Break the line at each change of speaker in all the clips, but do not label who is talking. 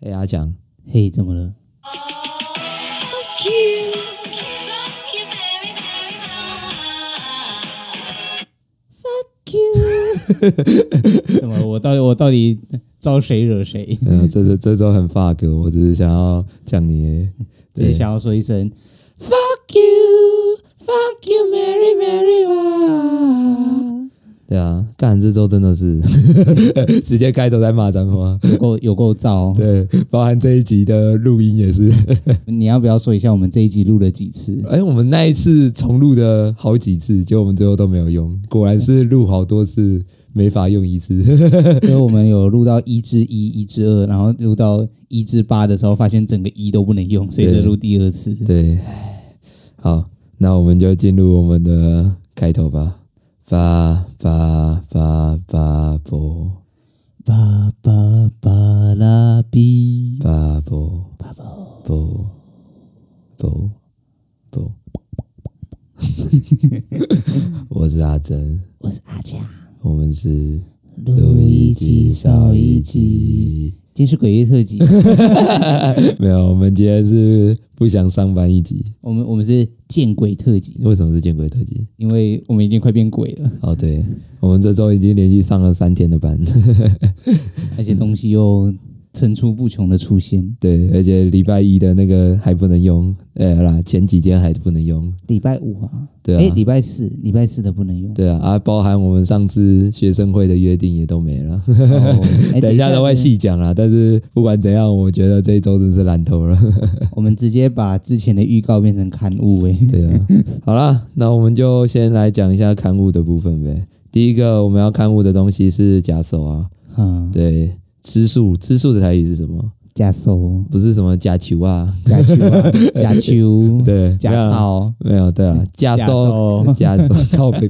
嘿，阿强，
嘿，怎么了？
Fuck you. Fuck you very, very much.
怎么了我到底我到底招谁惹 谁？
嗯，这这这周很发哥，我只是想要讲你，
只是想要说一声，
fuck you，fuck you Mary Mary 哇。对啊，干这周真的是 直接开头在骂脏话，
有够有够燥。
对，包含这一集的录音也是。
你要不要说一下我们这一集录了几次？
哎、我们那一次重录的好几次，结果我们最后都没有用，果然是录好多次没法用一次。
因为我们有录到一至一、一至二，然后录到一至八的时候，发现整个一都不能用，所以
对
再录第二次。
对，好，那我们就进入我们的开头吧。八八八八波
巴巴巴拉比，
八波八波波波， 我是阿珍，
我是阿强，
我们是
录一集少一集。。今天是鬼月特辑，
没有，我们今天是不想上班一集。
我们我们是见鬼特辑，
为什么是见鬼特辑？
因为我们已经快变鬼了，
哦，对，我们这周已经连续上了三天的班，
而且东西又层出不穷的出现。
对，而且礼拜一的那个还不能用，呃啦，前几天还不能用，
礼拜五啊，
对啊
诶礼拜四，礼拜四的不能用。
对啊，啊，包含我们上次学生会的约定也都没了，
哦诶
啊 哎等一下都会
呢
细讲啦。但是不管怎样，我觉得这一周真是烂透了。
我们直接把之前的预告变成刊物诶、
对 啊，好啦，那我们就先来讲一下刊物的部分呗。第一个我们要刊物的东西是假手啊，
嗯，
对，吃素，吃素的台语是什么？
假手、
不是什么假球啊，
假 秋、啊、假秋、
对，
假草、嗯
没有，没有，对啊，假
假
收，
手。
假收， 靠北，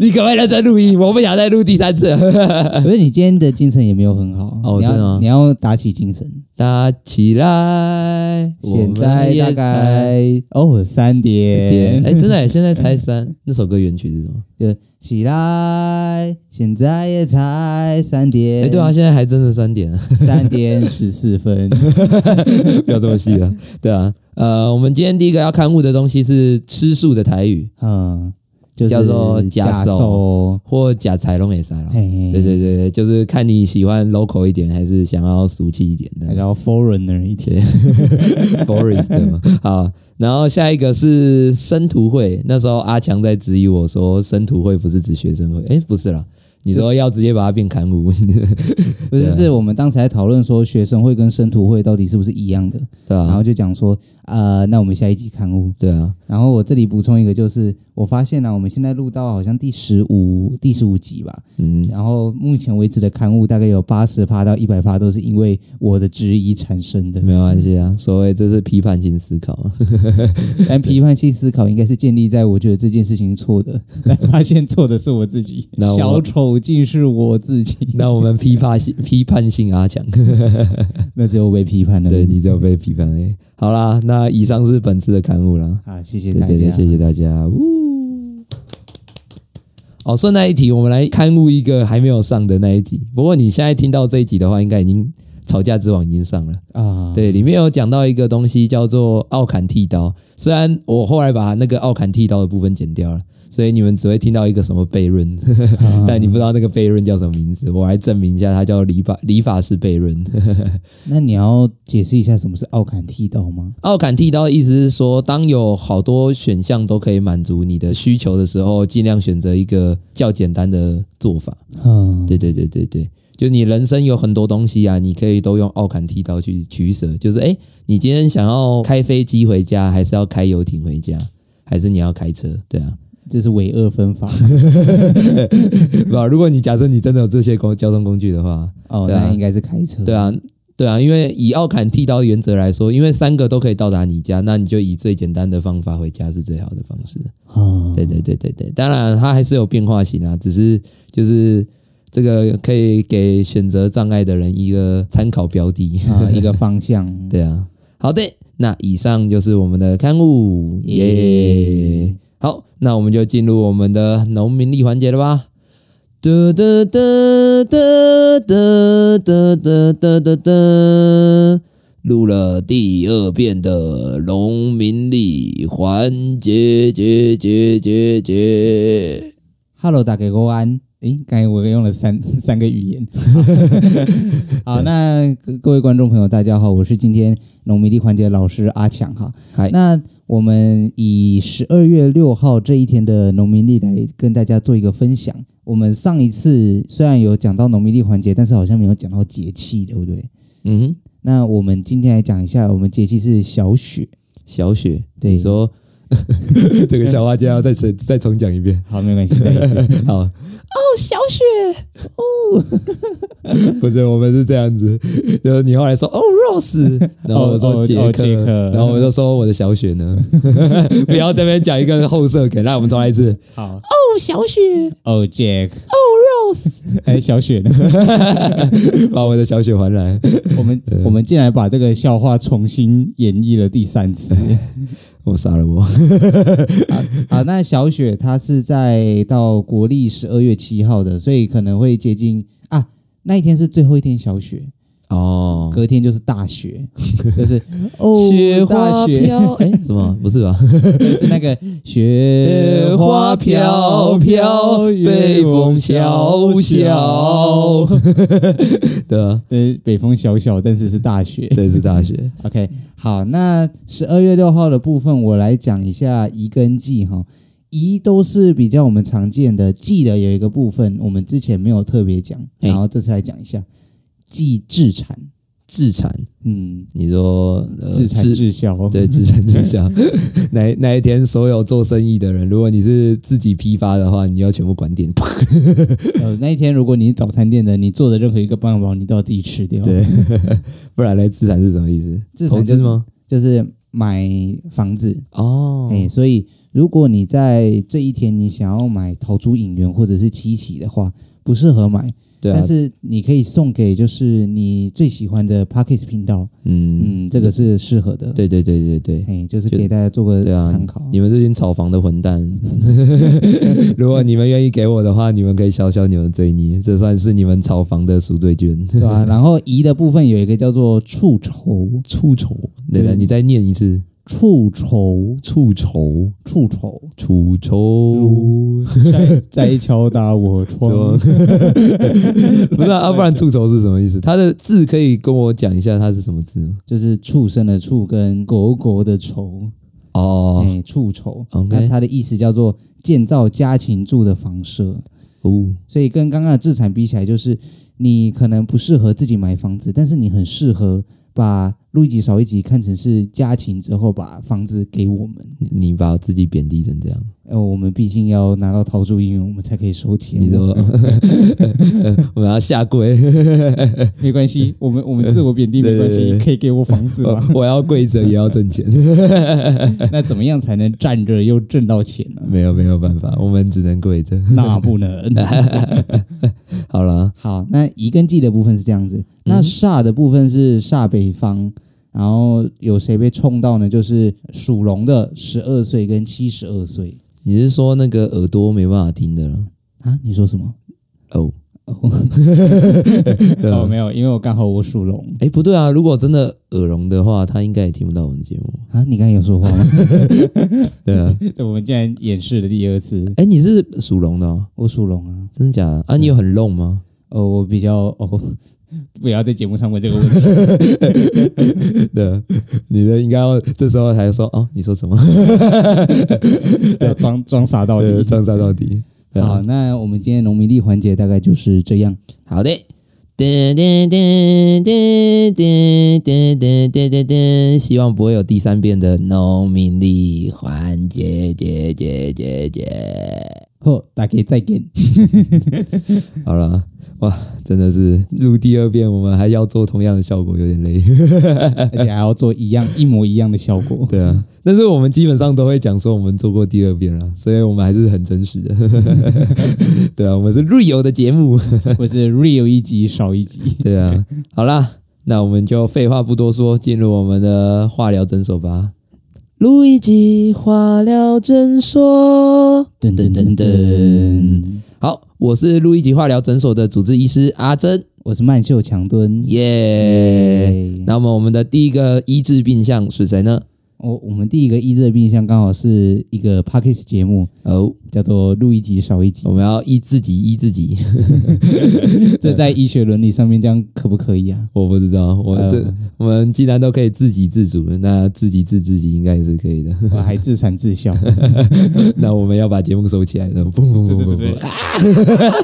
你赶快认真录音，我不想再录第三 次了。
可是你今天的精神也没有很好，
啊哦
你
真的吗
要你要打起精神。
打起来，
现在大
我们
概哦三
也才点，
点，
哎，真的耶，现在才三，那首歌原曲是什么？
就起来，现在也才三点。
哎，对啊，，现在还真的三点啊。
三点十四分。
不要这么细了。对啊，呃，我们今天第一个要刊物的东西是吃素的台语，
嗯，就是
叫做假
假
手
手。
或假财龙也塞了。
嘿
对对对对，就是看你喜欢 local 一点，还是想要俗气一点的
然后 foreigner 一点，
forest 嘛。好，然后下一个是生徒会，那时候阿强在质疑我说，生徒会不是指学生会？哎，不是啦。你说要直接把它变刊物，
不
对
是
啊
是我们当时在讨论说学生会跟生徒会到底是不是一样的，
对
然
啊
后，就讲说，呃，那我们下一集刊物。
对啊，
然后我这里补充一个，就是我发现啊呢、我们现在录到好像第十五第十五集吧，
嗯，
然后目前为止的刊物大概有八十趴到一百趴都是因为我的质疑产生的。
没有关系啊。所谓这是批判性思考啊，
但批判性思考应该是建立在我觉得这件事情是错的，但发现错的是我自己
那，我
小丑竟是我自己，
那我们批判 性批判性阿强。
那只有我被批判了。
对你只有被批判而已。好啦，那以上是本次的刊物啦，
啊，谢谢
对
大家，
对对，谢谢大家。呜哦，顺带一提，我们来刊物一个还没有上的那一集。不过你现在听到这一集的话，应该已经吵架之王已经上了。
啊，
对，里面有讲到一个东西叫做奥坎剃刀，虽然我后来把那个奥坎剃刀的部分剪掉了，所以你们只会听到一个什么悖论，
啊，
但你不知道那个悖论叫什么名字。我来证明一下，它叫理法理法式悖论。
那你要解释一下什么是奥坎剃刀吗？
奥坎剃刀的意思是说，当有好多选项都可以满足你的需求的时候，尽量选择一个较简单的做法。
嗯，
对对对对对，就你人生有很多东西啊，你可以都用奥坎剃刀去取舍。就是诶，你今天想要开飞机回家，还是要开游艇回家，还是你要开车？对啊，
这是伪二分法
不啊，如果你假设你真的有这些工交通工具的话，
哦，
对啊
那应该是开车。
对啊，对啊，因为以奥坎剃刀原则来说，因为三个都可以到达你家，那你就以最简单的方法回家是最好的方式。
啊，
对对对对对，当然它还是有变化型啊，只是就是这个可以给选择障碍的人一个参考标的。
啊，一个方向。
对啊，好的，那以上就是我们的刊物，耶、
耶
好，那我们就进入我们的农民历环节了吧。哒哒哒哒哒哒哒哒哒哒，录了第二遍的农民历环节节节节节。
Hello，打给国安。诶，刚才我用了三 三个语言。好，那各各位观众朋友，大家好，我是今天农民地环节老师阿强哈。
嗨，
那我们以十二月六号这一天的农民历来跟大家做一个分享。我们上一次虽然有讲到农民历环节，但是好像没有讲到节气，对不对？
嗯哼，
那我们今天来讲一下，我们节气是小雪。
小雪，
对
你说这个小花家要再再再重讲一遍。
好，没有关系，再一 次
好，哦，小雪，哦， 不是，我们是这样子，就是你后来说哦，Rose，然后我
哦
说
哦
杰
哦
克，
杰克
然后我就说我的小雪呢， 不要这边讲一个后设梗，来，我们重来一次。
好。
哦，小雪，
哦、Jack，
哦，Rose，
哎、小雪呢？
把我的小雪还来。
我们我们竟然把这个笑话重新演绎了第三次
我杀了我，
啊！那小雪她是在到国历十二月七号的，所以可能会接近啊，那一天是最后一天小雪，
哦，
隔天就是大雪， 就是哦
雪
大
花
雪
飘，哎，什么？不是吧？
是那个雪。
雪花飘飘，北风萧萧。对啊，
呃，北风萧萧，但是是大雪。
对，是大学。
OK，好，那十二月六号的部分，我来讲一下移跟季哈。移都是比较我们常见的，季的有一个部分我们之前没有特别讲，
哎
然后这次来讲一下季制产，
自产，
嗯，
你说呃
制产滞销，
对，自产自 销。 那那一天，所有做生意的人，如果你是自己批发的话，你要全部关店。啪
呃，那一天如果你是早餐店的，你做的任何一个汉堡，你都要自己吃掉，
对， 不然嘞，自产是什么意思？
自
投
产就
资吗？
就是买房子，
哦
哎、所以如果你在这一天你想要买桃珠影园或者是七喜的话，不适合买，
对啊
但，是你可以送给就是你最喜欢的 Parkes 频道，
嗯，
嗯，这个是适合的，，
对对对对对。
哎，就是
就
给大家做个
对啊
参考，，
你们这群炒房的混蛋， 如果你们愿意给我的话，你们可以消消你们的罪孽，这算是你们炒房的赎罪券。
对吧、然后移的部分有一个叫做触筹，
触筹，对的，
对
你再念一次，
触筹，
触筹，
触筹，
触 筹，
再敲打我 窗，
不是啊，不然触筹是什么意思？它的字可以跟我讲一下它是什么字吗？
就是畜生的畜跟狗狗的筹，
哦，
哎，触筹，
OK
那它的意思叫做建造家禽住的房舍，
哦，
所以跟刚刚的自产比起来，就是你可能不适合自己买房子，但是你很适合把录一集少一集看成是家禽之后把房子给我们。
你你把自己贬低成这样，
呃，我们毕竟要拿到逃出英文，我们才可以收钱。
你说 我要下跪，
没关系，我们我们自我贬低
对
没关
对
系，
对？
可以给我房子吧
我要跪着也要挣钱，
那怎么样才能站着又挣到钱呢？
没有没有办法，我们只能跪着。
那 不能。
好了，
好，那移跟季的部分是这样子，那煞的部分是煞北方，然后有谁被冲到呢？就是属龙的十二岁跟七十二岁
你是说那个耳朵没办法听的了？
啊？你说什么？
哦，嗯
哦，没有，因为我刚好我属龙
哎，不对啊，如果真的耳聋的话，他应该也听不到我们节目。
啊。你刚才有说话 吗？
对啊，
这我们竟然演示了第二次，
哎，你是属龙的、哦，
我属龙啊。
真的假的？啊，你有很聋吗？
哦，我比较哦，不要在节目上问这个问题。
对，你的应该要这时候才说哦，你说什么？
要装装傻到
对，
底。
装傻到底。对啊
好，那我们今天农民历环节大概就是这样。
好的。噔噔噔噔噔噔噔噔噔噔，希望不会有第三遍的农民力环节节节节节。
好，大家再见。
好了，哇，真的是录第二遍，我们还要做同样的效果，有点累。
而且还要做一样一模一样的效 果。
对啊，但是我们基本上都会讲说我们做过第二遍了，所以我们还是很真实的。对啊，我们是 real 的节目。
我是 real 一集少一集。
对啊，好啦，那我们就废话不多说，进入我们的化疗诊所吧。录一集化疗诊所，
噔
噔噔噔。好，我是路易吉化疗诊所的主治医师阿珍，
我是曼秀强敦，
耶、
耶
那么我们的第一个医治病项是谁呢？
我我们第一个医治的病项刚好是一个 p a c k a s e 节目，
哦，
叫做录一集少一集
我，们要医自己，医自己。
这在医学伦理上面这样可不可以啊？
我不知道，我
呃
这、我们既然都可以自给自足，那自己治自己应该也是可以的。
我还自产自销，
那我们要把节目收起来的，不不不不不，
对对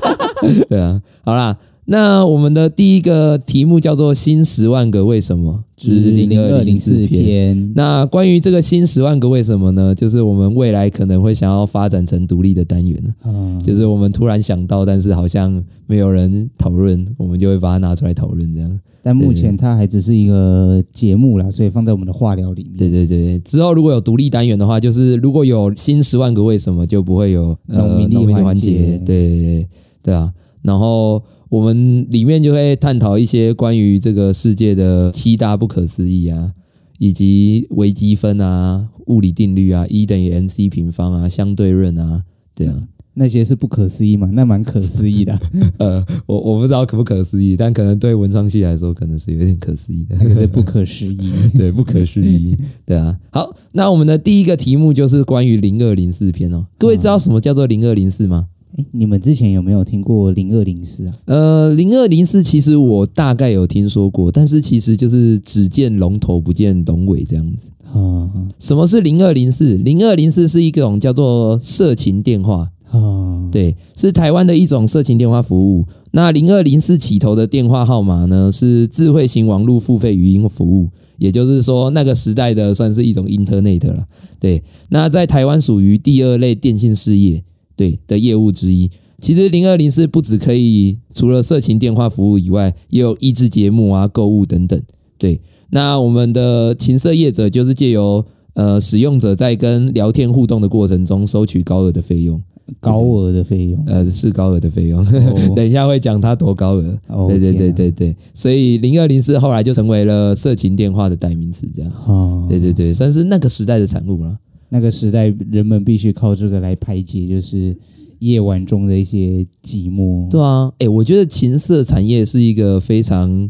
对啊，好啦，那我们的第一个题目叫做《新十万个为什么》之零二零四篇。
篇，
那关于这个新十万个为什么呢？就是我们未来可能会想要发展成独立的单元，
啊，
就是我们突然想到，但是好像没有人讨论，我们就会把它拿出来讨论这样。
但目前它还只是一个节目啦，所以放在我们的化疗里面。
对对对，之后如果有独立单元的话，就是如果有新十万个为什么，就不会有呃
农民力
农民力
环节
节。对对对对啊，然后我们里面就会探讨一些关于这个世界的七大不可思议啊，以及微积分啊、物理定律啊、E 等于 mc 平方啊、相对论啊，对啊，
那些是不可思议嘛？那蛮可思议 的，啊
呃，我我不知道可不可思议，但可能对文昌系来说，可能是有点可思议的。
那个是不可思议。
对，不可思议，对啊。好，那我们的第一个题目就是关于零二零四篇哦。各位知道什么叫做零二零四吗？
哎，你们之前有没有听过零二零四啊？
呃，零二零四其实我大概有听说过，但是其实就是只见龙头不见龙尾这样子。
啊
什么是零二零四？零二零四是一种叫做色情电话，
啊，
对，是台湾的一种色情电话服务。那零二零四起头的电话号码呢，是智慧型网络付费语音服务，也就是说那个时代的算是一种 Internet 了。对，那在台湾属于第二类电信事业对的业务之一。其实零二零四不只可以除了色情电话服务以外，也有益智节目啊、购物等等。对，那我们的情色业者就是借由呃使用者在跟聊天互动的过程中收取高额的费用。
高额的费用。
呃，是高额的费用。
哦
等一下会讲它多高额。
哦
对对对
天
对对，所以零二零四后来就成为了色情电话的代名词，这样。
啊啊，
对对对，算是那个时代的产物了。
那个时代人们必须靠这个来排解，就是夜晚中的一些寂寞。
对啊，哎、我觉得情色产业是一个非常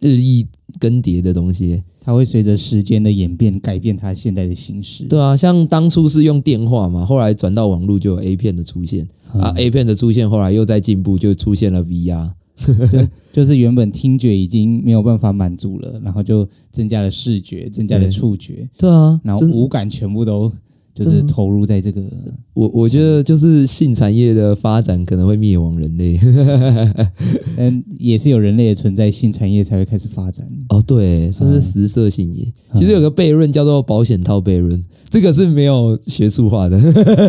日益更迭的东西。
它会随着时间的演变改变它现在的形式。
对啊，像当初是用电话嘛，后来转到网络就有 A 片的出现啊，A
哎
片的出现后来又在进步，就出现了 VR。
就是原本听觉已经没有办法满足了，然后就增加了视觉，增加了
对
触觉，
对啊，
然后
真
五感全部都就
对
是
啊
投入在这个。
我我觉得就是性产业的发展可能会灭亡人类。
嗯，也是有人类的存在，性产业才会开始发展。
哦，对，算是实色性也。其实有个悖论叫做保险套悖论，这个是没有学术化的，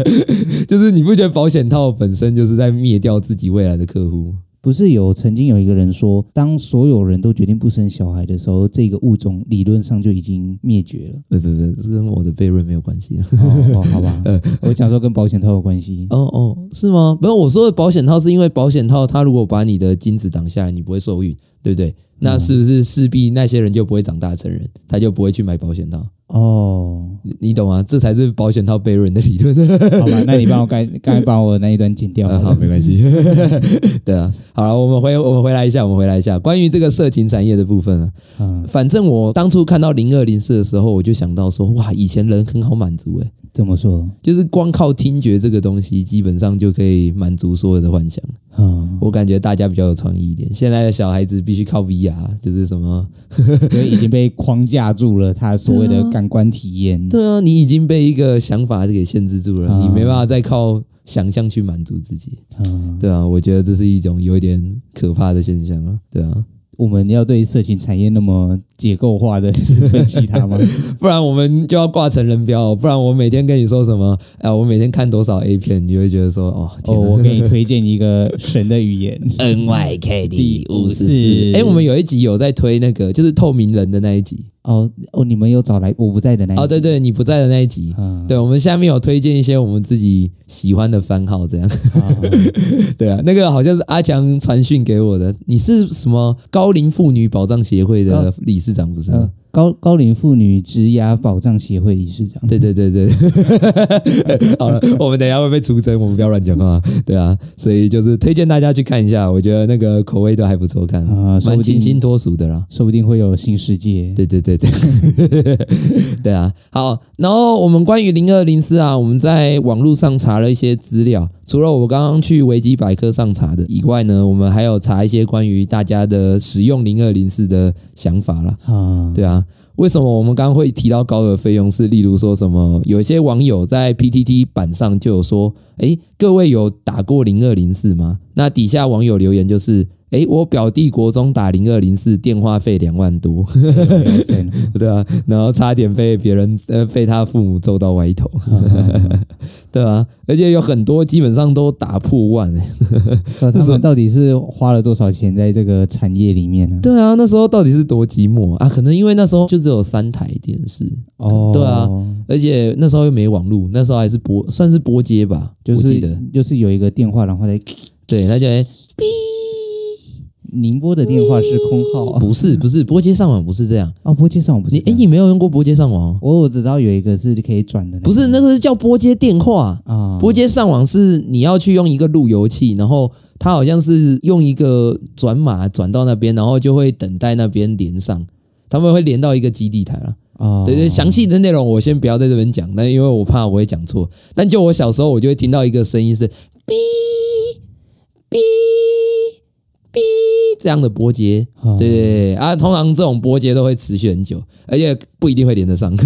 就是你不觉得保险套本身就是在灭掉自己未来的客户吗？。
不是有曾经有一个人说，当所有人都决定不生小孩的时候，这个物种理论上就已经灭绝
不
了
不不，这跟我的悖论没有关系。
哦，哦好 吧，
呃
我想说跟保险套有关系。
哦哦，是吗？没有，我说的保险套是因为保险套它如果把你的精子挡下来，你不会受孕，对不对？那是不是势必那些人就不会长大成人，他就不会去买保险套？
哦，
你你懂吗？这才是保险套悖论的理论。
好吧，那你帮我该该把我那一段剪 掉
啊，
好
好，
了。
没关系。 对啊，好了，我们回我们回来一下，我们回来一下关于这个色情产业的部分啊。
嗯，
反正我当初看到零二零四的时候，我就想到说，哇，以前人很好满足诶、
怎么说？
就是光靠听觉这个东西，基本上就可以满足所有的幻想。
嗯，
我感觉大家比较有创意一点，现在的小孩子必须靠 VR，就是什么？
所以已经被框架住了他所谓的感官体验。
啊对啊，你已经被一个想法给限制住了，
啊
你没办法再靠想象去满足自己。
嗯，
对啊，我觉得这是一种有一点可怕的现象啊。对啊。
我们要对色情产业那么结构化的去分析 它吗？
不然我们就要挂成人标哦，不然我每天跟你说什么，哎、我每天看多少 A 片，你就会觉得说，哦，
哦，
天
我给你推荐一个神的语言。
N Y K
第五十四
哎，我们有一集有在推那个，就是透明人的那一集，
哦哦，你们有找来我不在的那一
哦，对
集
对，你不在的那一集，
嗯，
对，我们下面有推荐一些我们自己喜欢的番号，这样，
啊
对啊，那个好像是阿强传讯给我的，你是什么高龄妇女保障协会的理事长不是
嗯
吗？
高高龄妇女职涯保障协会理事长。
对对对对， 好了，我们等一下会被出征，我们不要乱讲话，对啊，所以就是推荐大家去看一下，我觉得那个口味都还不错看，
啊说
蛮
不定
清新脱俗的啦。
说不定会有新世界。
对对对 对，对啊，好，然后我们关于零二零四啊，我们在网络上查了一些资料，除了我刚刚去维基百科上查的以外呢，我们还有查一些关于大家的使用零二零四的想法啦。
啊，
对啊，为什么我们刚刚会提到高额费用？是例如说什么，有一些网友在 PTT 版上就有说，诶，各位有打过零二零四吗？那底下网友留言就是，诶，我表弟国中打零二零四，电话费两万多，
对，真的
对啊，然后差点被别人呃被他父母揍到歪头， 对啊，而且有很多基本上都打破万、
那 他们到底是花了多少钱在这个产业里面呢？
对啊，那时候到底是多寂寞啊？啊可能因为那时候就只有三台电视，
哦，
对啊，而且那时候又没网络，那时候还是拨算是拨接吧，
就
我记得
是就是有一个电话，然后在
对，他就哎
宁波的电话是空号啊。
不是不是拨接上网不是这样，
哦，不过介绍我不是
你哎
这样
你没有用过拨接上网哦，
我我只知道有一个是可以转的个，
不是那个是叫拨接电话，
啊，
拨接上网是你要去用一个路由器，然后它好像是用一个转码转到那边，然后就会等待那边连上。他们会连到一个基地台了，
哦，
对对，详细的内容我先不要在这边讲，那因为我怕我会讲错。但就我小时候，我就会听到一个声音是“哔哔哔”这样的波接，
哦
对对对啊，通常这种波接都会持续很久，而且不一定会连得上。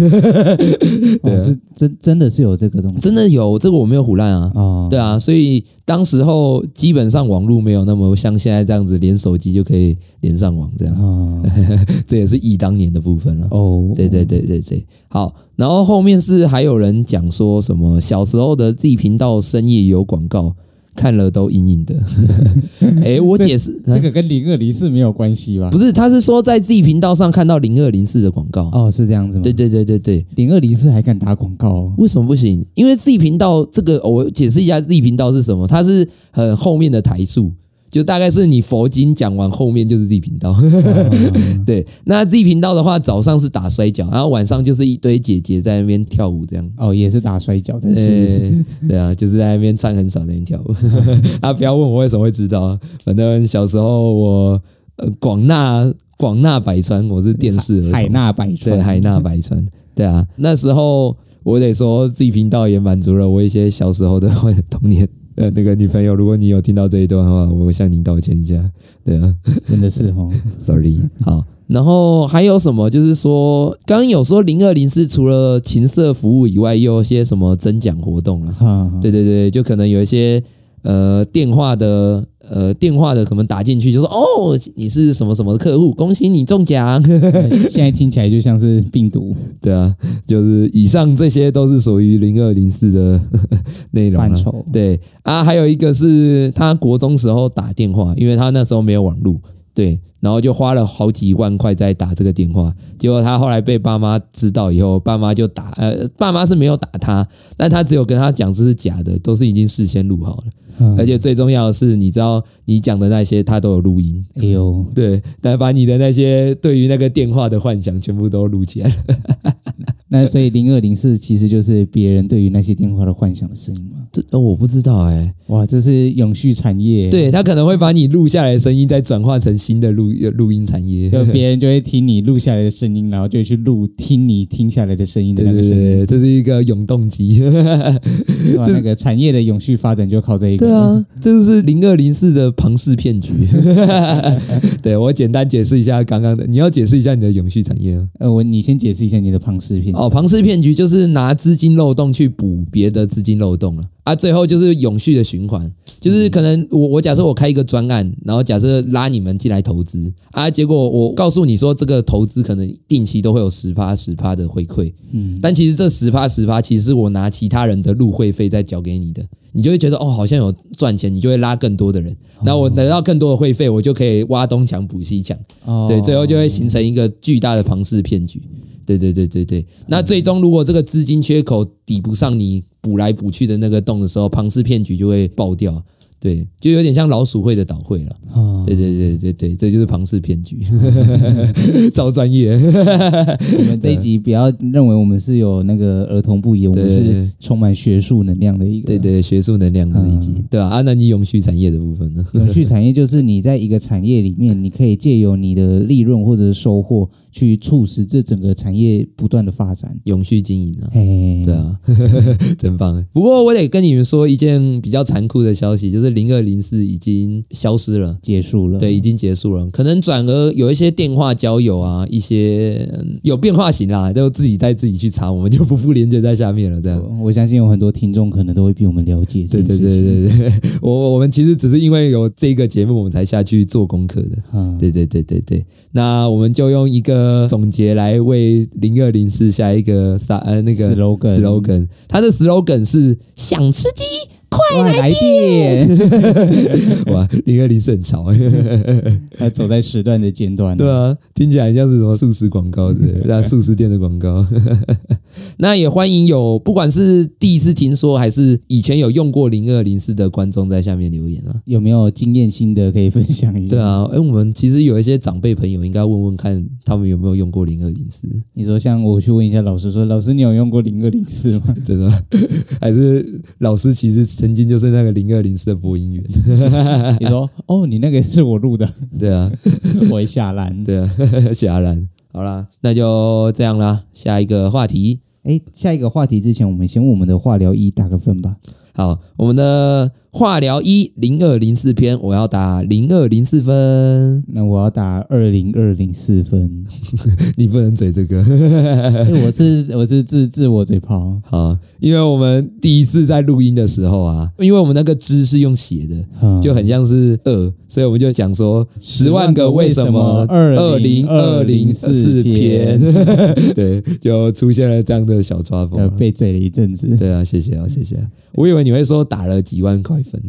哦是真真的是有这个东西
真的有这个我没有胡乱啊，
哦，
对啊，所以当时候基本上网络没有那么像现在这样子，连手机就可以连上网这样，
啊，
这也是忆当年的部分啊了。
哦，
对对对对对，好，然后后面是还有人讲说什么小时候的 Z 频道深夜有广告，看了都隐 隐的。哎、我解释，
这个跟零二零四没有关系吧？
不是，他是说在 Z 频道上看到零二零四的广告。
哦，是这样子吗？
对嗯对对对对，
零二零四还敢打广告、哦？
为什么不行？因为 Z 频道这个，我解释一下 Z 频道是什么，它是很后面的台数，就大概是你佛经讲完后面就是 Z 频
哦
道。 对，那 Z 频道的话，早上是打摔跤，然后晚上就是一堆姐姐在那边跳舞这样。
哦，也是打摔跤，但是、
对 对啊，就是在那边唱很少，在那边跳 舞。啊，不要问我为什么会知道啊，反正小时候我呃广纳广纳百川，我是电视儿童
海纳百川，
对海纳百 川，对啊，那时候我得说自己频道也满足了我一些小时候的童年。呃，那个女朋友，如果你有听到这一段的话，我向您道歉一下。对啊，
真的是哦，
Sorry，好。然后还有什么？就是说，刚刚有说零二零是除了情色服务以外，又有些什么征奖活动啊啦？
哈，
对对对，就可能有一些呃电话的呃电话的可能打进去，就说哦你是什么什么的客户，恭喜你中奖。
现在听起来就像是病毒
对啊，就是以上这些都是属于零二零四的 内容啊
范畴。
对啊，还有一个是他国中时候打电话，因为他那时候没有网络，对，然后就花了好几万块在打这个电话。结果他后来被爸妈知道以后，爸妈就打，呃，爸妈是没有打他，但他只有跟他讲这是假的，都是已经事先录好了。
嗯
而且最重要的是，你知道你讲的那些他都有录音，
哎呦，
对，但把你的那些对于那个电话的幻想全部都录起来。
那所以零二零四其实就是别人对于那些电话的幻想的声音嘛？
这、呃我不知道哎、
哇，这是永续产业，，
对他可能会把你录下来的声音再转化成新的录呃录音产业。
就别人就会听你录下来的声音，然后就去录听你听下来的声音的
对
那
对
个声音，
对，这是一个永动机。
是吧？那个产业的永续发展就靠这一个，
对，啊， 这就是零二零四的庞氏骗局。 对我简单解释一下刚刚的，你要解释一下你的永续产业啊。
呃，我你先解释一下你的庞氏片
哦，庞氏骗局就是拿资金漏洞去补别的资金漏洞了啊，最后就是永续的循环，就是可能我我假设我开一个专案，然后假设拉你们进来投资啊，结果我告诉你说这个投资可能定期都会有十趴十趴的回馈，
嗯，
但其实这十趴十趴，其实是我拿其他人的入会费再交给你的，你就会觉得哦，好像有赚钱，你就会拉更多的人，那我得到更多的会费，我就可以挖东墙补西墙，
哦
对，最后就会形成一个巨大的庞氏骗局。对对对对对，那最终如果这个资金缺口抵不上你补来补去的那个洞的时候，庞氏骗局就会爆掉。对，就有点像老鼠会的岛会了。
啊，
对对对对对，这就是庞氏骗 局， 超专业。
我们这一集不要认为我们是有那个儿童不宜，我们
对
是充满学术能量的一个。
对 对，学术能量的一集，
嗯
对吧、啊？那你永续产业的部分呢？
永续产业就是你在一个产业里面，你可以借由你的利润或者是收获，去促使这整个产业不断的发展。
永续经营啊，
嘿，
对 啊，真棒。不过我得跟你们说一件比较残酷的消息，就是零二零四已经消失了。
结束了。
对，已经结束了。可能转而有一些电话交友啊，一些、嗯有变化型啦，都自己再自己去查，我们就不附链接在下面了。这样，
我，我相信有很多听众可能都会比我们了解这
对
件
对
事情。
对对对， 我我们其实只是因为有这个节目，我们才下去做功课的。
啊，
对对对对对，那我们就用一个总结来为零二零四下一个三呃那个
Slogan
slogan，它的 slogan 是想吃鸡。
快来电！
哇，零二零四很潮，
他走在时段的尖端。
对啊，听起来很像是什么素食广告之类的，那素食店的广告。 那也欢迎有不管是第一次听说还是以前有用过零二零四的观众在下面留言啊。
有没有经验心得可以分享一下？
对，啊，哎、我们其实有一些长辈朋友应该问问看，他们有没有用过零二零四，
你说像我去问一下老师说，老师你有用过零二零四吗？
真的吗 还是老师其实曾经就是那个零二零四的播音员，
你说哦，你那个是我录的，
对啊，
我会下烂。
对啊， 显然，好啦，那就这样啦，下一个话题，
哎，下一个话题之前，我们先为我们的化疗一打个分吧。
好，我们的化疗一零二零四篇，我要打零二零四分，
那我要打二零二零四 分，
你不能嘴这个。
因为我是我是自自我嘴 炮，
好，因为我们第一次在录音的时候啊，因为我们那个之是用写的，
嗯
就很像是二，所以我们就讲说十万个为什么二零二零四
2020
篇， 对，就出现了这样的小抓风
呃
啊。
被嘴了一阵子。
对啊，谢谢啊，谢谢啊。我以为你会说打了几万块分，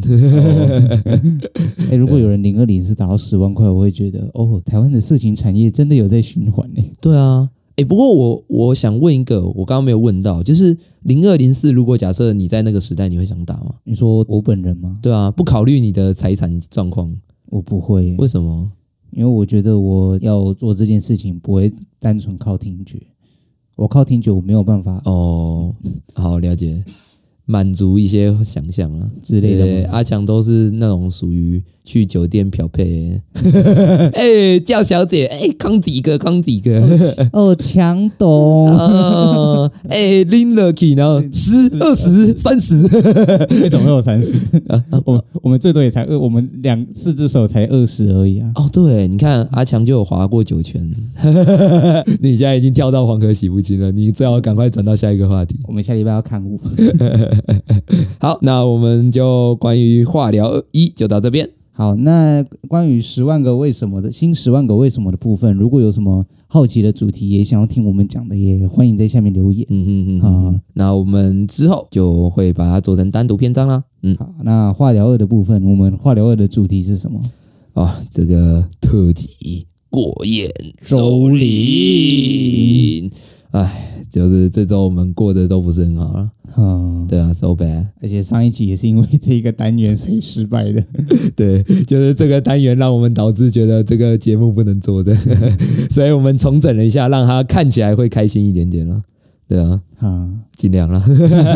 哎，如果有人零二零四打到十万块，我会觉得哦，台湾的色情产业真的有在循环呢。
对啊，哎、不过我我想问一个，我刚刚没有问到，就是零二零四，如果假设你在那个时代，你会想打吗？
你说我本人吗？
对啊，不考虑你的财产状况，
我不会耶，
为什么？
因为我觉得我要做这件事情不会单纯靠听觉，我靠听觉我没有办法
哦，好了解，满足一些想象啊。
之类
对
的嘛。
阿强都是那种属于去酒店漂配， 哎、叫小姐，哎、康几个，康几个，
哦，强懂，
哦，哎、拎了去，然后十、二十、三十，
为什么会有三十？
啊
我我们最多也才二，我们两四只手才二十而已啊。
哦，对，你看阿强就有划过九圈， 你现在已经跳到黄河洗不清了，你最好赶快转到下一个话题。
我们下礼拜要看我，
好，那我们就关于化疗一就到这边。
好，那关于十万个为什么的新十万个为什么的部分，如果有什么好奇的主题，也想要听我们讲的，也欢迎在下面留言。啊
嗯嗯嗯，
好
那我们之后就会把它做成单独篇章啦。嗯，
好，那化疗二的部分，我们化疗二的主题是什么？
哦，这个特辑过眼
周
周
林
林，哎，就是这周我们过得都不是很好了。
嗯，
对啊，so bad。
而且上一集也是因为这一个单元所以失败的。
对，就是这个单元让我们导致觉得这个节目不能做的， 所以我们重整了一下，让它看起来会开心一点点了。对啊，
啊，
尽量啦。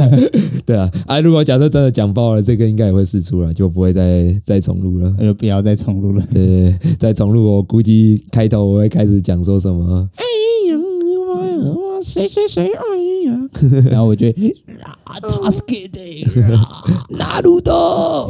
对啊，啊，如果假设真的讲爆了，这个应该也会试出了，就不会再再重录了。
那就不要再重录了。
对，在重录，我估计开头我会开始讲说什么。哎呀，我我谁谁谁，哎呀，
然后我就啊 t a s k it，
哪路的？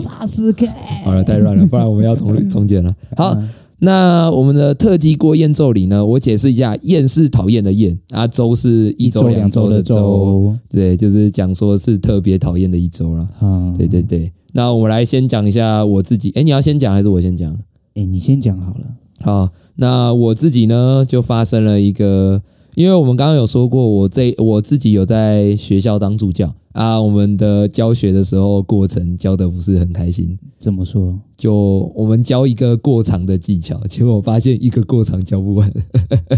萨斯 K，
好了，太乱了，不然我们要重录重 剪了。好，那我们的特级锅宴咒里呢，我解释一下，厌是讨厌的厌，啊，周是一周两周的周，
周
对，就是讲说是特别讨厌的一周了。
啊，
对对对，那我来先讲一下我自己，哎，你要先讲还是我先讲？
哎，你先讲好了。
好，那我自己呢，就发生了一个，因为我们刚刚有说过，我这我自己有在学校当助教啊，我们的教学的时候过程教的不是很开心，
怎 么说？
就我们教一个过场的技巧，结果我发现一个过场教不完，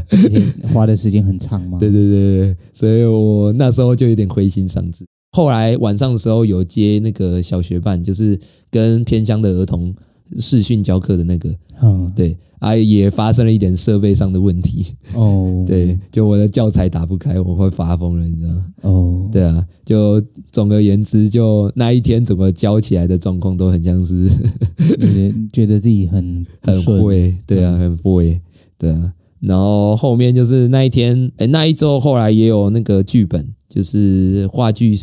而且花的时间很长吗？
对对对对，所以我那时候就有点灰心丧志。后来晚上的时候有接那个小学办，就是跟偏乡的儿童视讯教课的那个，
嗯，
对啊，也发生了一点设备上的问题，
哦，
对，就我的教材打不开，我会发疯了，你知道吗？
哦，
对啊，就总而言之，就那一天怎么教起来的状况都很像是
对，觉得自己很不
很
顺，嗯
会，对啊，很会，对啊。然后后面就是那一天，哎、那一周后来也有那个剧本，就是话剧，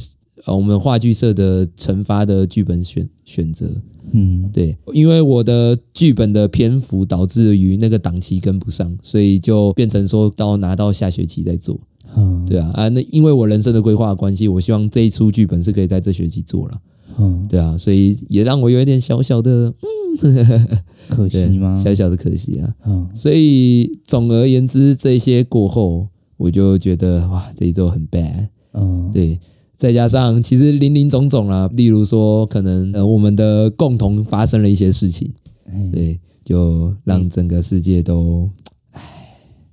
呃，我们话剧社的惩罚的剧本选选择，
嗯，
对，因为我的剧本的篇幅导致于那个档期跟不上，所以就变成说到拿到下学期再做，
嗯，
对啊，啊，那因为我人生的规划的关系，我希望这一出剧本是可以在这学期做了，
嗯，
对啊，所以也让我有一点小小的
可
对
惜吗？
小小的可惜啊。
嗯，
所以总而言之，这些过后，我就觉得哇，这一周很 bad。
嗯，
对，再加上其实林林总总啦，例如说可能呃我们的共同发生了一些事情，
哎，
对，就让整个世界都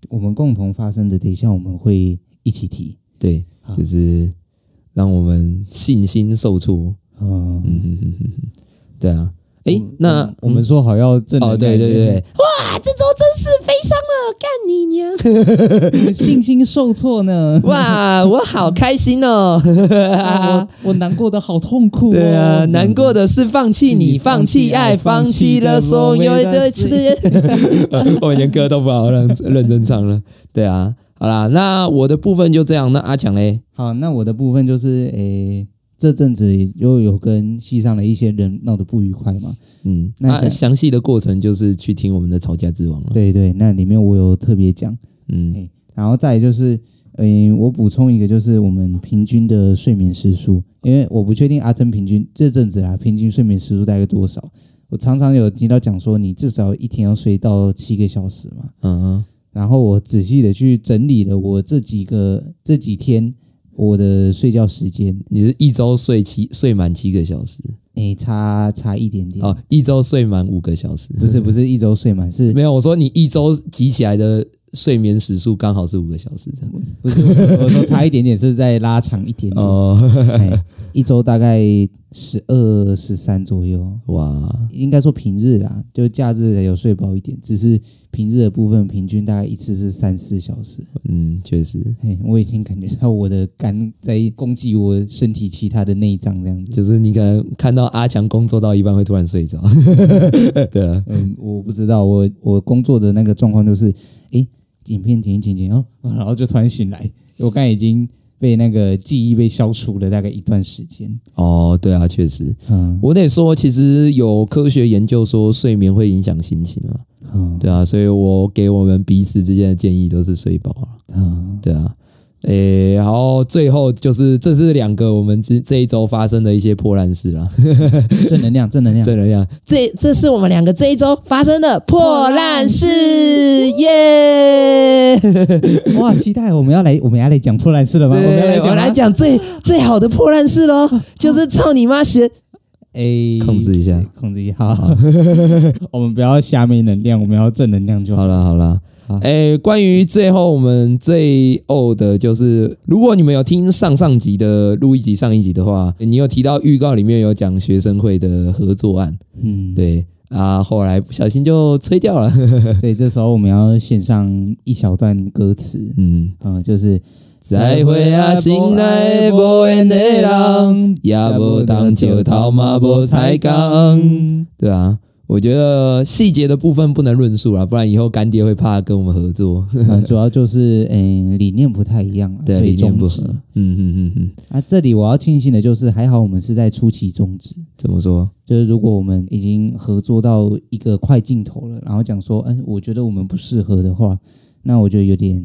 我们共同发生的，等一下我们会一起提，
对，
好
就是让我们信心受挫。
嗯，
嗯哼哼哼哼，对啊。诶，那嗯
我们说好要正能
哦，
量
对对对，
对
哇，这周真是悲伤了，干你 娘！
不对， 信心受 挫呢，
哇，我好开心 哦！
啊我我难过的好痛苦，哦
对啊，难过。的是放弃你，嗯放弃爱，放弃了所有的痴。 我连歌都不好认认真唱了。对啊，好啦，那我的部分就这样。那阿强嘞？
好，那我的部分就是，诶、这阵子又有跟系上的一些人闹得不愉快嘛，
嗯，
那
那
想
详细的过程就是去听我们的吵架之王了。
对对，那里面我有特别讲，
嗯
嘿然后再来就是，嗯、我补充一个，就是我们平均的睡眠时数，因为我不确定阿珍平均这阵子啊，平均睡眠时数大概多少。我常常有听到讲说，你至少一天要睡到七个小时嘛。
嗯嗯
然后我仔细的去整理了我这几个这几天我的睡觉时间，
你是一周睡七睡满七个小时
诶，差差一点点。
哦，一周睡满五个小时。
不是不是一周睡满，是
没有，我说你一周集起来的睡眠时数刚好是五个小时这样。
不是我说差一点点，是再拉长一点点。
哦，
哎，一周大概十二十三左右，
哇，
应该说平日啦，就假日有睡饱一点，只是平日的部分平均大概一次是三四小时。
嗯，确实。
嘿，我已经感觉到我的肝在攻击我身体其他的内脏这样子。
就是你可能看到阿强工作到一半会突然睡着，对啊，
嗯，我不知道，我我工作的那个状况就是，诶，影片剪一剪剪哦， 然后就突然醒来，我刚才已经被那个记忆被消除了大概一段时间。
哦，对啊，确实，
嗯，
我得说，其实有科学研究说睡眠会影响心情啊，
嗯，
对啊，所以我给我们彼此之间的建议都是睡饱啊，
嗯，
对啊，诶，然后最后就是这是两个我们这这一周发生的一些破烂事啦，
正能量，正能量。
正能量，这这是我们两个这一周发生的破烂事，耶、
哇，期待我们要来，我们要来讲破烂事了吗？我们要来
我
讲
来
吗，
讲最最好的破烂事喽，就是操你妈学
哎，
控制一下
对，控制一下，好好 我们不要下面能量，我们要正能量就好
好
了。
了好了
好，
哎、关于最后我们最后的就是，如果你们有听上上集的录一集上一集的话，你有提到预告里面有讲学生会的合作案，
嗯，
对啊，后来不小心就吹掉了，
所以这时候我们要献上一小段歌词，
嗯，
嗯，就是
再会啊，心爱无缘的人，也无当石头嘛无彩工，
嗯
对啊。我觉得细节的部分不能论述啦，不然以后干爹会怕跟我们合作。
嗯，主要就是嗯理念不太一样啊，
对，
所以
理念
终
不
止
合。嗯嗯嗯嗯，
啊。这里我要庆幸的就是，还好我们是在初期终止，
怎么说？
就是如果我们已经合作到一个快镜头了，然后讲说，嗯，我觉得我们不适合的话，那我就有 点，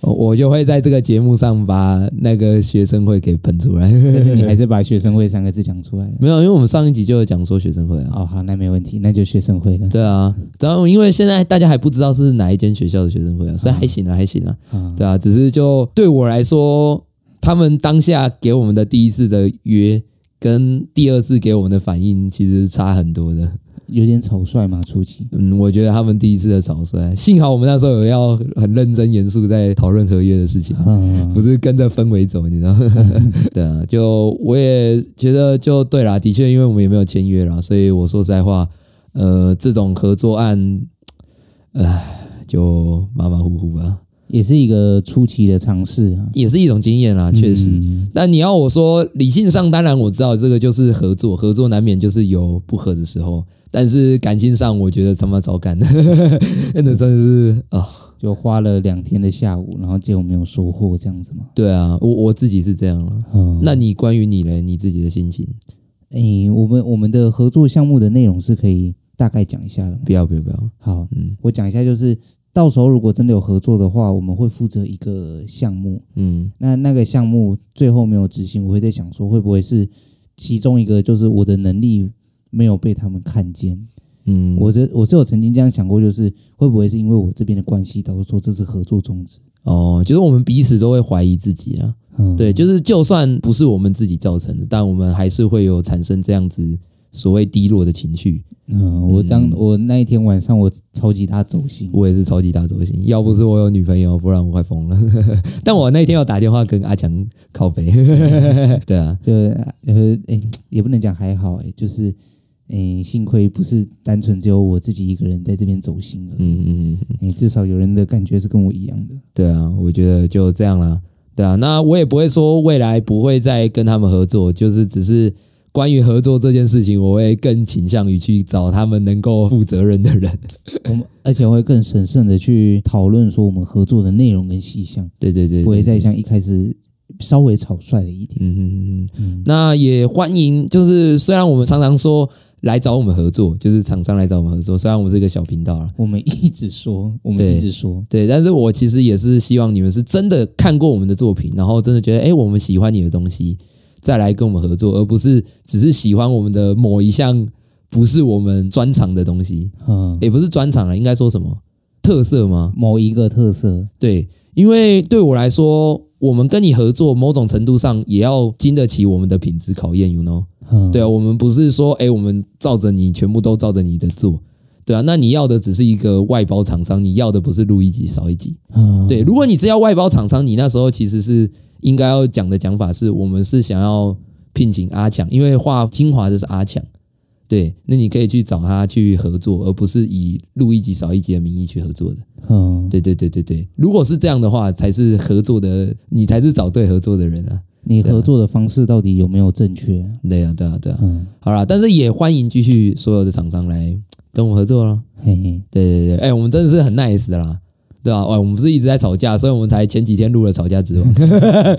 我我就会在这个节目上把那个学生会给喷出来。
但是你还是把学生会三个字讲出来了。
没有，因为我们上一集就有讲说学生会啊。
哦，好，那没问题，那就学生会了。
对啊，然后因为现在大家还不知道是哪一间学校的学生会啊，所以还行啊，还行啊。
啊，
对啊，只是就对我来说，他们当下给我们的第一次的约跟第二次给我们的反应其实差很多的。
有点草率嘛，初期。
嗯，我觉得他们第一次的草率，幸好我们那时候有要很认真严肃在讨论合约的事情，
嗯，
不是跟着氛围走，你知道？ 对啊，就我也觉得就对啦，的确，因为我们也没有签约啦，所以我说实在话，呃，这种合作案，唉，就马马虎虎吧，
也是一个初期的尝试啊，
也是一种经验啦，确实。
嗯
但你要我说理性上，当然我知道这个就是合作，合作难免就是有不合的时候。但是感情上，我觉得他妈早干， 真的真的是啊、
就花了两天的下午，然后结果没有收获，这样子嘛。
对啊，我我自己是这样了。
嗯，
那你关于你嘞，你自己的心情，
诶、我们我们的合作项目的内容是可以大概讲一下的吗？
不要不要不要，
好，
嗯
我讲一下，就是到时候如果真的有合作的话，我们会负责一个项目，
嗯
那那个项目最后没有执行，我会在想说会不会是其中一个就是我的能力没有被他们看见，
嗯，
我这我是有曾经这样想过，就是会不会是因为我这边的关系导致说这次合作终止？
哦，就是我们彼此都会怀疑自己啊。
嗯，
对，就是就算不是我们自己造成的，但我们还是会有产生这样子所谓低落的情绪。
嗯，我当
嗯
我那一天晚上我超级大走心，
我也是超级大轴心，要不是我有女朋友，不然我快疯了。 但我那天有打电话跟阿强靠背， 对啊，
就呃哎、也不能讲还好哎、就是哎、幸亏不是单纯只有我自己一个人在这边走心了，哎、
嗯嗯，嗯，
至少有人的感觉是跟我一样的。
对啊，我觉得就这样啦，对啊，那我也不会说未来不会再跟他们合作，就是只是关于合作这件事情，我会更倾向于去找他们能够负责任的人。
我们而且会更审慎的去讨论说我们合作的内容跟细项，
对对对
不会
对
再像一开始稍微草率了一点。
嗯嗯嗯。
嗯，
那也欢迎，就是虽然我们常常说来找我们合作，就是厂商来找我们合作，虽然我们是一个小频道啦，
我们一直说，我们
对
一直说，
对，但是我其实也是希望你们是真的看过我们的作品，然后真的觉得哎、诶我们喜欢你的东西，再来跟我们合作，而不是只是喜欢我们的某一项不是我们专长的东西，
嗯，
也不是专长了，应该说什么特色吗？
某一个特色，
对，因为对我来说，我们跟你合作，某种程度上也要经得起我们的品质考验，you know。
嗯，
对啊，我们不是说，哎、我们照着你，全部都照着你的做，对啊，那你要的只是一个外包厂商，你要的不是录一集少一集，
嗯，
对，如果你只要外包厂商，你那时候其实是应该要讲的讲法是，我们是想要聘请阿强，因为画精华的是阿强，对，那你可以去找他去合作，而不是以录一集少一集的名义去合作的，
嗯，
对对对对对，如果是这样的话，才是合作的，你才是找对合作的人啊，
你合作的方式到底有没有正确啊？
对啊对啊对啊，
嗯，
好啦，但是也欢迎继续所有的厂商来跟我们合作啦。
嘿嘿，
对对对，哎、我们真的是很 nice 的啦，对吧、啊？哎，我们不是一直在吵架，所以我们才前几天录了《吵架之王》。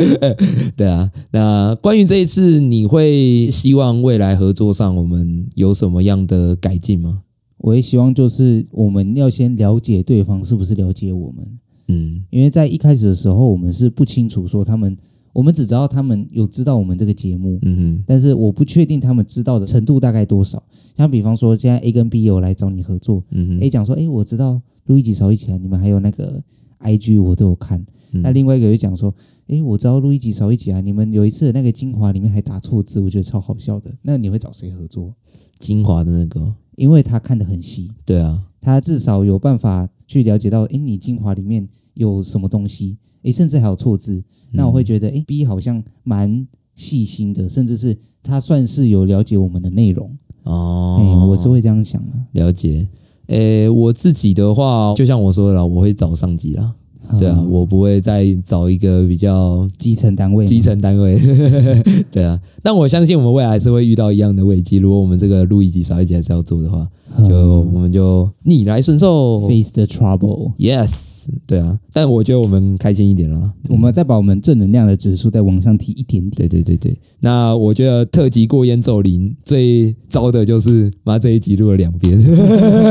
对啊，那关于这一次，你会希望未来合作上我们有什么样的改进吗？
我也希望就是我们要先了解对方是不是了解我们，
嗯
因为在一开始的时候我们是不清楚说他们，我们只知道他们有知道我们这个节目，
嗯哼
但是我不确定他们知道的程度大概多少。像比方说，现在 A 跟 B 有来找你合作，
嗯哼
A 讲说，哎、我知道录一集少一起来，你们还有那个 IG 我都有看。
嗯
那另外一个就讲说，哎、我知道录一集少一集啊，你们有一次的那个精华里面还打错字，我觉得超好笑的。那你会找谁合作？
精华的那个哦，
因为他看得很细，
对啊，
他至少有办法去了解到，哎、你精华里面有什么东西，哎、甚至还有错字。
嗯
那我会觉得，哎、b 好像蛮细心的，甚至是他算是有了解我们的内容。
哦，
哎、我是会这样想的。
了解。诶、我自己的话，就像我说的啦，我会找上级啦。对啊，
嗯
我不会再找一个比较
基层单位嘛，
基层单位， 对啊，但我相信我们未来还是会遇到一样的危机。如果我们这个录一集少一集还是要做的话，就我们就逆来顺受
face the trouble。
，yes，对啊。但我觉得我们开心一点了啦，
我们再把我们正能量的指数再往上提一点点。
对对对对。那我觉得特级过烟咒灵最糟的就是妈这一集录了两遍，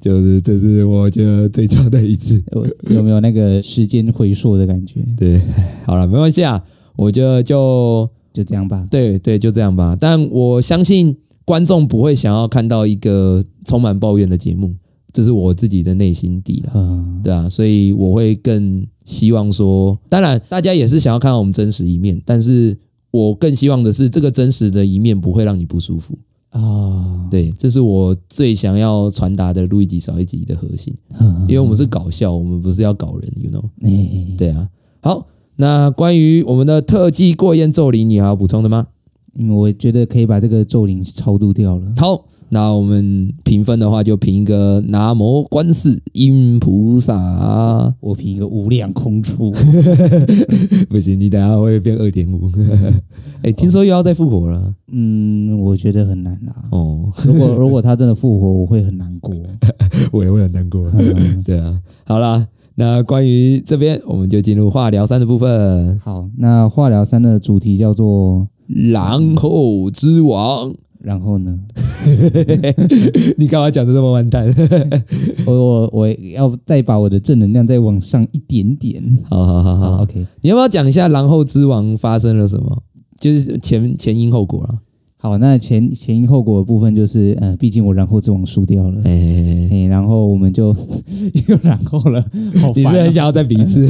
就是这是我觉得最糟的一次。
有有没有那个时间回溯的感觉？
对，好了，没关系啊，我觉得就
就这样吧。
对对，就这样吧。但我相信观众不会想要看到一个充满抱怨的节目，这是我自己的内心底了，
嗯，
对啊，所以我会更希望说，当然大家也是想要看到我们真实一面，但是我更希望的是这个真实的一面不会让你不舒服，
啊，
对，这是我最想要传达的录一集少一集的核心，因为我们是搞笑，我们不是要搞人，you know？
哎，
对啊，好，那关于我们的特技过焰咒灵，你还有补充的吗？
嗯，我觉得可以把这个咒灵超度掉了。
好，那我们评分的话就评一个南无观世音菩萨，
我凭一个无量空处，
不行，你等下会变二点五。 哎，听说又要再复活了
嗯，我觉得很难啊啦。
哦，
如 果如果他真的复活，我会很难过。
我也会很难过。
嗯
对啊，好啦，那关于这边我们就进入化疗三的部分，
好，那化疗三的主题叫做，
然后之王，
然后呢？
你干嘛讲的这么完蛋？
我我我要再把我的正能量再往上一点点。
好好好
好
好，
，OK，
你要不要讲一下然后之王发生了什么？就是前前因后果啊啦。
好，那前前因后果的部分就是，呃，毕竟我然后之王输掉了，
哎、
哎、然后我们就 又然后了，好
你是
烦、
很想要再比一次？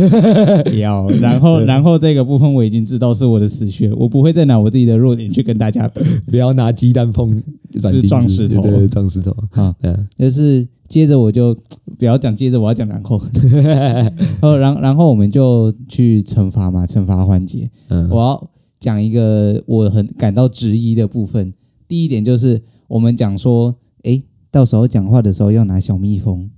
要， 然后然后这个部分我已经知道是我的死穴，我不会再拿我自己的弱点去跟大家比。
不要拿鸡蛋碰软钉子
就是撞石头
对对，撞石头。
啊，
嗯，
就是接着我就不要讲接着，我要讲然后， 然后然然后我们就去惩罚嘛，惩罚环节，
嗯
我要讲一个我很感到质疑的部分。第一点就是我们讲说，诶，到时候讲话的时候要拿小蜜蜂，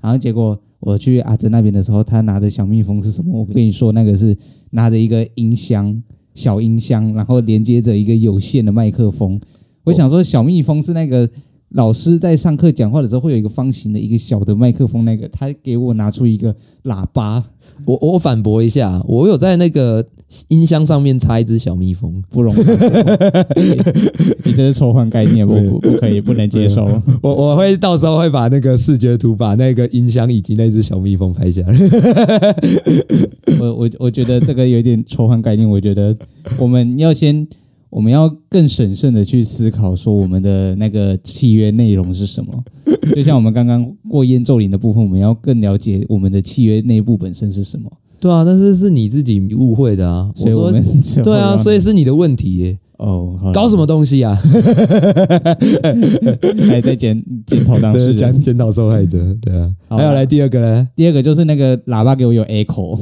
然后结果我去阿珍那边的时候，他拿的小蜜蜂是什么？我跟你说，那个是拿着一个音箱，小音箱，然后连接着一个有线的麦克风。我想说，小蜜蜂是那个老师在上课讲话的时候会有一个方形的一个小的麦克风，那个他给我拿出一个喇叭，
我我反驳一下，我有在那个音箱上面插一只小蜜蜂，
不容易，你这是抽换概念，我不不可以，不能接受。
我我会到时候会把那个视觉图，把那个音箱以及那只小蜜蜂拍下来。
我我我觉得这个有点抽换概念，我觉得我们要先，我们要更审慎的去思考，说我们的那个契约内容是 什么。就像我们刚刚过烟咒灵的部分，我们要更了解我们的契约内部本身是什么。
对啊，但是是你自己误会的啊。
所以我
我
们
说
之后
对啊，
要
所以是你的问题 耶，
哦，好啦
搞什么东西啊？
还在检检讨当事人。
检讨受害者，对啊。
好
还有来第二个呢？
第二个就是那个喇叭给我有 echo。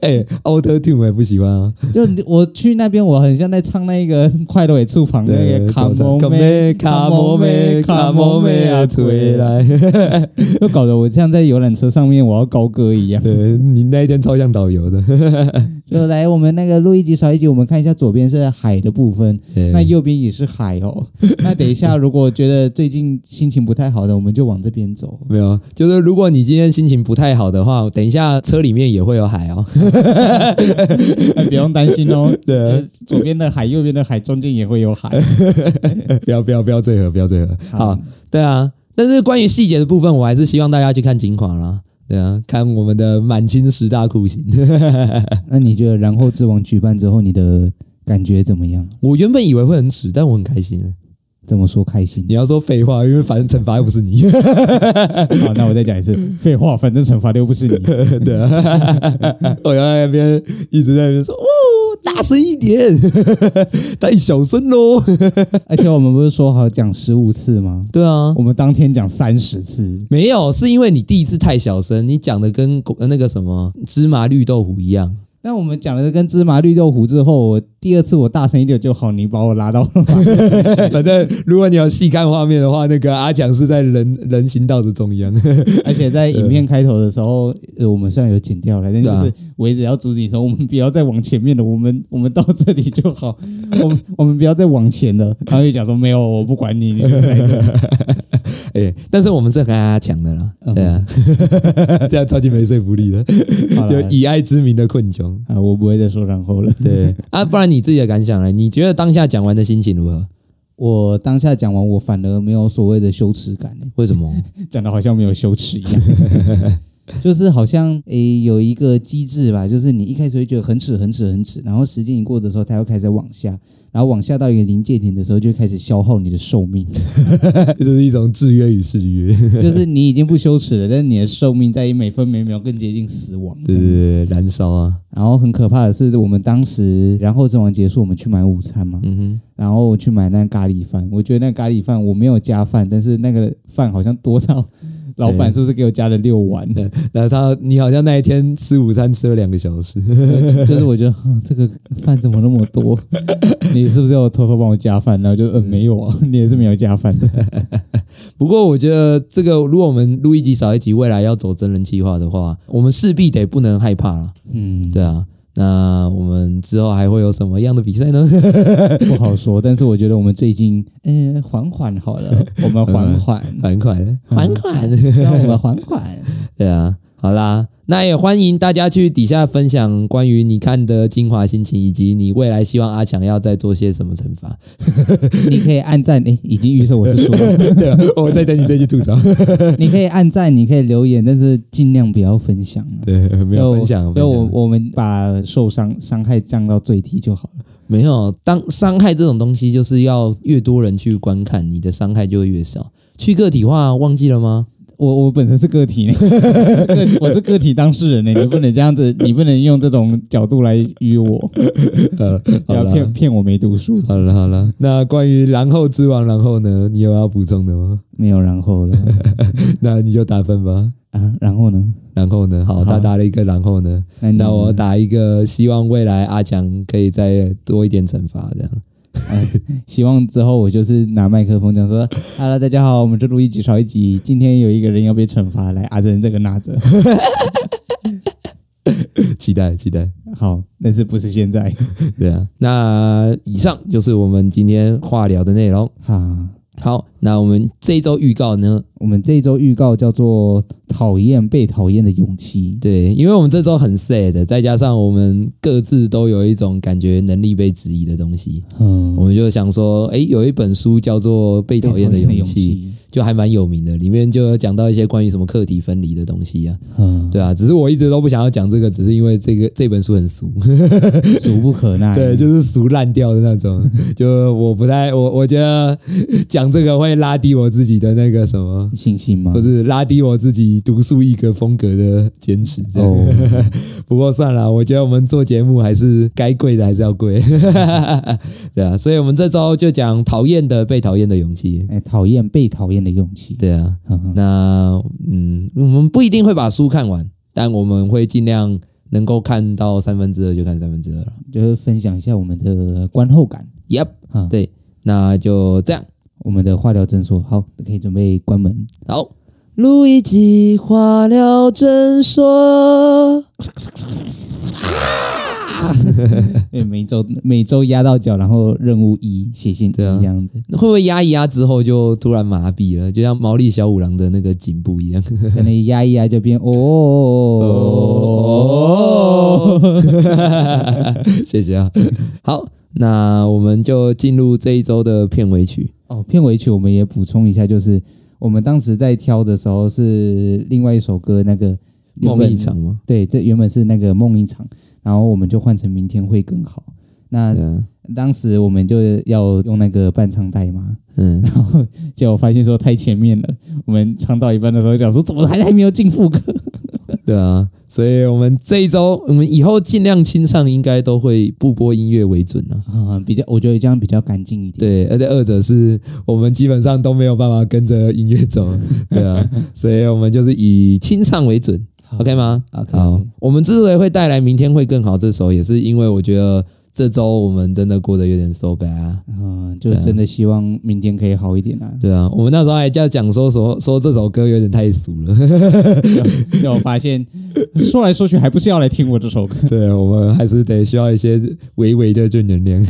哎，Auto Tune 我也不喜欢啊。
就我去那边，我很像在唱那个 快乐尾厨房那个卡莫妹
卡莫妹，卡莫妹啊，回，来！
就搞得我像在游览车上面我要高歌一样。
对你那一天超像导游的。
就来我们那个录一集少一集，我们看一下左边是海的部分，那
那
右边也是海 哦。那等一下如果觉得最近心情不太好的，我们就往这 边走。
没有，啊就是如果你今天心情不太好的话，等一下车里面也会有海哦。
哎不用担心哦，
对，
左边的海、右边的海，中间也会有海。
不要不要不要这合，不要这合。好，，对啊，但是关于细节的部分，我还是希望大家去看精华啦。对啊，看我们的满清十大酷刑。
那你觉得然后之王举办之后，你的感觉怎么样？
我原本以为会很耻，但我很开心。
怎么说开心
你？要说废话，因为反正惩罚又不是你。
好，那我再讲一次，
嗯
废话，反正惩罚的又 不是你。
对啊，我在那边一直在那边说，哦，大声一点， 太小声喽。
而且我们不是说好讲十五次吗？
对啊
我，们当天讲三十次，
没有，是因为你第一次太小声，你讲的跟狗那个什么芝麻绿豆糊一 样。
那我们讲了跟芝麻绿豆糊之后，我第二次我大声一点就好，你把我拉到
反正如果你有细看画面的话，那个阿强是在人人行道的中央。
而且在影片开头的时候，呃，我们虽然有剪掉了，但
对
就
啊
是我一直要阻止你说，我们不要再往前面了，我们我们到这里 就好，我们我们不要再往前了。然后就讲说没有，我不管你，你 就是来这
哎、但是我们是很爱阿强的啦，对啊， 这样超级没说服力的，
好了
就以爱之名的困窘。
啊，我不会再说然后了。
对啊，不然你自己的感想呢？你觉得当下讲完的心情如何？
我当下讲完， 我反而没有所谓的羞耻感、欸
为什么？
讲的好像没有羞耻一样。 就是好像诶、有一个机制吧，就是你一开始会觉得很扯很扯很扯，然后时间一过的时候，它又开始在往下，然后往下到一个临界点的时候，就开始消耗你的寿 命，
这是一种制约与制约。
就是你已经不羞耻了，但是你的寿命在每分每秒更接近死亡。
对对对，燃烧 啊，
然后很可怕的是，我们当时，然后整晚结束，我们去买午餐嘛，
嗯
然后我去买那咖喱饭，我觉得那咖喱饭我没有加饭，但是那个饭好像多到老板是不是给我加了六碗？
哼，那他你好像那一天吃午餐吃了两个小时，
就是我觉得、哼这个饭怎么那么多？ 你是不是有偷偷帮我加饭？然后就嗯、呃没有啊，你也是没有加饭的。
不过我觉得这个，如果我们录一集少一集，未来要走真人计划的话，我们势必得不能害怕了。
嗯，
对啊，那我们之后还会有什么样的比赛呢？
不好说，但是我觉得我们最近嗯、呃缓缓好了，我们 缓缓，
很快的，
还款。
让我们缓缓。
对啊，好啦，那也欢迎大家去底下分享关于你看的精华心情，以及你未来希望阿强要再做些什么惩 罚。
你可以按赞，诶，已经预设我是输了。
对、啊，我在等你这句吐槽。
你可以按赞，你可以留言，但是尽量不要分享啊。
对，没有分享，
对
分
我
享
我们把受伤伤害降到最低就好了。
没有，当伤害这种东西，就是要越多人去观看，你的伤害就会越少。去个体化忘记了吗？
我我本身是 个体呢，个体我是个体当事人呢，你不能这样子，你不能用这种角度来约我，
呃，
不要骗骗我没读书。
好了好了，那关于然后之王，然后呢，你有要补充的吗？
没有然后了
那你就打分吧。
啊，然后呢？
然后呢？好，
好
他打了一个然后呢，
那你
那我打一个，希望未来阿强可以再多一点惩罚，这样。
希望之后我就是拿麦克风讲说，Hello，大家好，我们这录一集少一集，今天有一个人要被惩罚，来阿珍这个拿着，
期待期待，
好，但是不是现在，
对啊。那以上就是我们今天话聊的内容。
哈。
好，那我们这一周预告呢？
我们这一周预告叫做“讨厌被讨厌的勇气
对，因为我们这周很 sad，再加上我们各自都有一种感觉能力被质疑的东西，”，我
嗯，
们就想说，诶，有一本书叫做《被讨厌的勇
被
气》，就还蛮有名的，里面就有讲到一些关于什么课题分离的东西啊，
嗯，
对啊，只是我一直都不想要讲这个，只是因为这个这本书很俗，
俗不可 耐，
对，就是俗烂掉的那种，就我不太我我觉得讲这个会拉低我自己的那个什么。
信心吗？
不是拉低我自己独树一格风格的坚持，这样。
哦，
不过算了，我觉得我们做节目还是该贵的还是要贵， 对啊，所以我们这周就讲讨厌的被讨厌的勇气，
哎，讨厌被讨厌的勇气，
对啊，
嗯，
那嗯，我们不一定会把书看完，但我们会尽量能够看到三分之二就看三分之二了。
就是分享一下我们的观后感
Yep，
哈。
对那就这样，
我们的化疗诊所，好，可以准备关 门。
好，
录一集化疗诊所。
对，哎每周每周压到脚，然后任务一写信一
对啊
这样 子，
会不会压一压之后就突然麻痹了，就像毛利小五郎的那个颈部一样？
可能压一压就变哦哦哦，
哦， 谢谢啊。好，那我们就进入这一周的片尾曲。
哦，片尾曲我们也补充一下，就是我们当时在挑的时候是另外一首歌，那个原
梦
本
一场吗？
对，这原本是那个梦一场，然后我们就换成明天会更好。那
对啊，
当时我们就要用那个伴唱带嘛，
嗯，
然后结果发现说太前面了，我们唱到一半的时候讲说怎么还还没有进副歌？
对啊，所以我们这一周，我们以后尽量清唱，应该都会不播音乐为准啊。
啊、比较我觉得这样比较干净一点。
对，而且二者是我们基本上都没有办法跟着音乐走，对啊，所以我们就是以清唱为准，OK 吗？
OK，
好，我们之所以会带来明天会更好这首，也是因为我觉得这周我们真的过得有点 so bad 啊。
嗯、就
对啊
真的希望明天可以好一点啊。
对啊，我们那时候还在讲说说说这首歌有点太俗了，
让我发现说来说去还不是要来听我这首歌。
对我们还是得需要一些微微的正能量。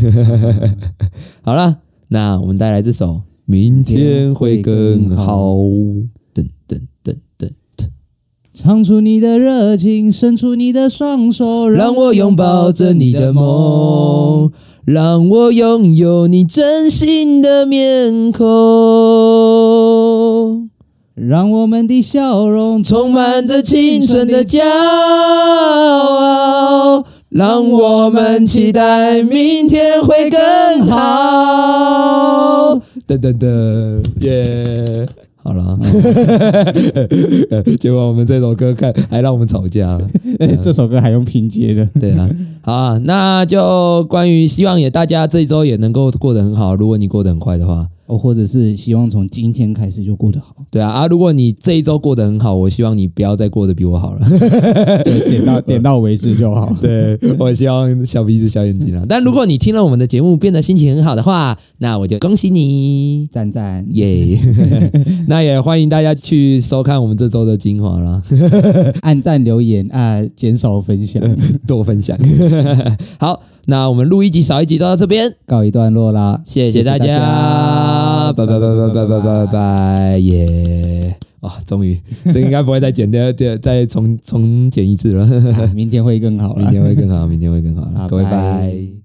好了，那我们带来这首《明天会更好》，噔噔噔噔，
唱出你的热情，伸出你的双手，
让我拥抱着你的梦，让我拥有你真心的面孔。
让我们的笑容
充满着青春的骄傲，让我们期待明天会更好。
噔噔噔，耶！好了，结果我们这首歌看还让我们吵架。
这首歌还用拼接的，
对啊，好啊，那就关于希望也大家这一周也能够过得很好。如果你过得很快的话，
哦，或者是希望从今天开始就过得 好，
对啊啊，如果你这一周过得很好，我希望你不要再过得比我好了。
点 到点到为止就好。
对， 我希望小鼻子小眼睛啊。但如果你听了我们的节目变得心情很好的话，那我就恭喜你。
赞赞，
耶 那也欢迎大家去收看我们这周的精华 啦，
按赞留言啊，减少分 享，
多分 享。好，那我们录一集少一集都到这边，
告一段落啦。
谢谢大
谢谢
家，
大家
拜拜拜拜拜拜拜拜耶！哇，终于，这应该不会再剪掉，再再重重剪一次了，
啊明天会更好
明
了。
天会更好，明天会更好，
好
各位
拜
拜。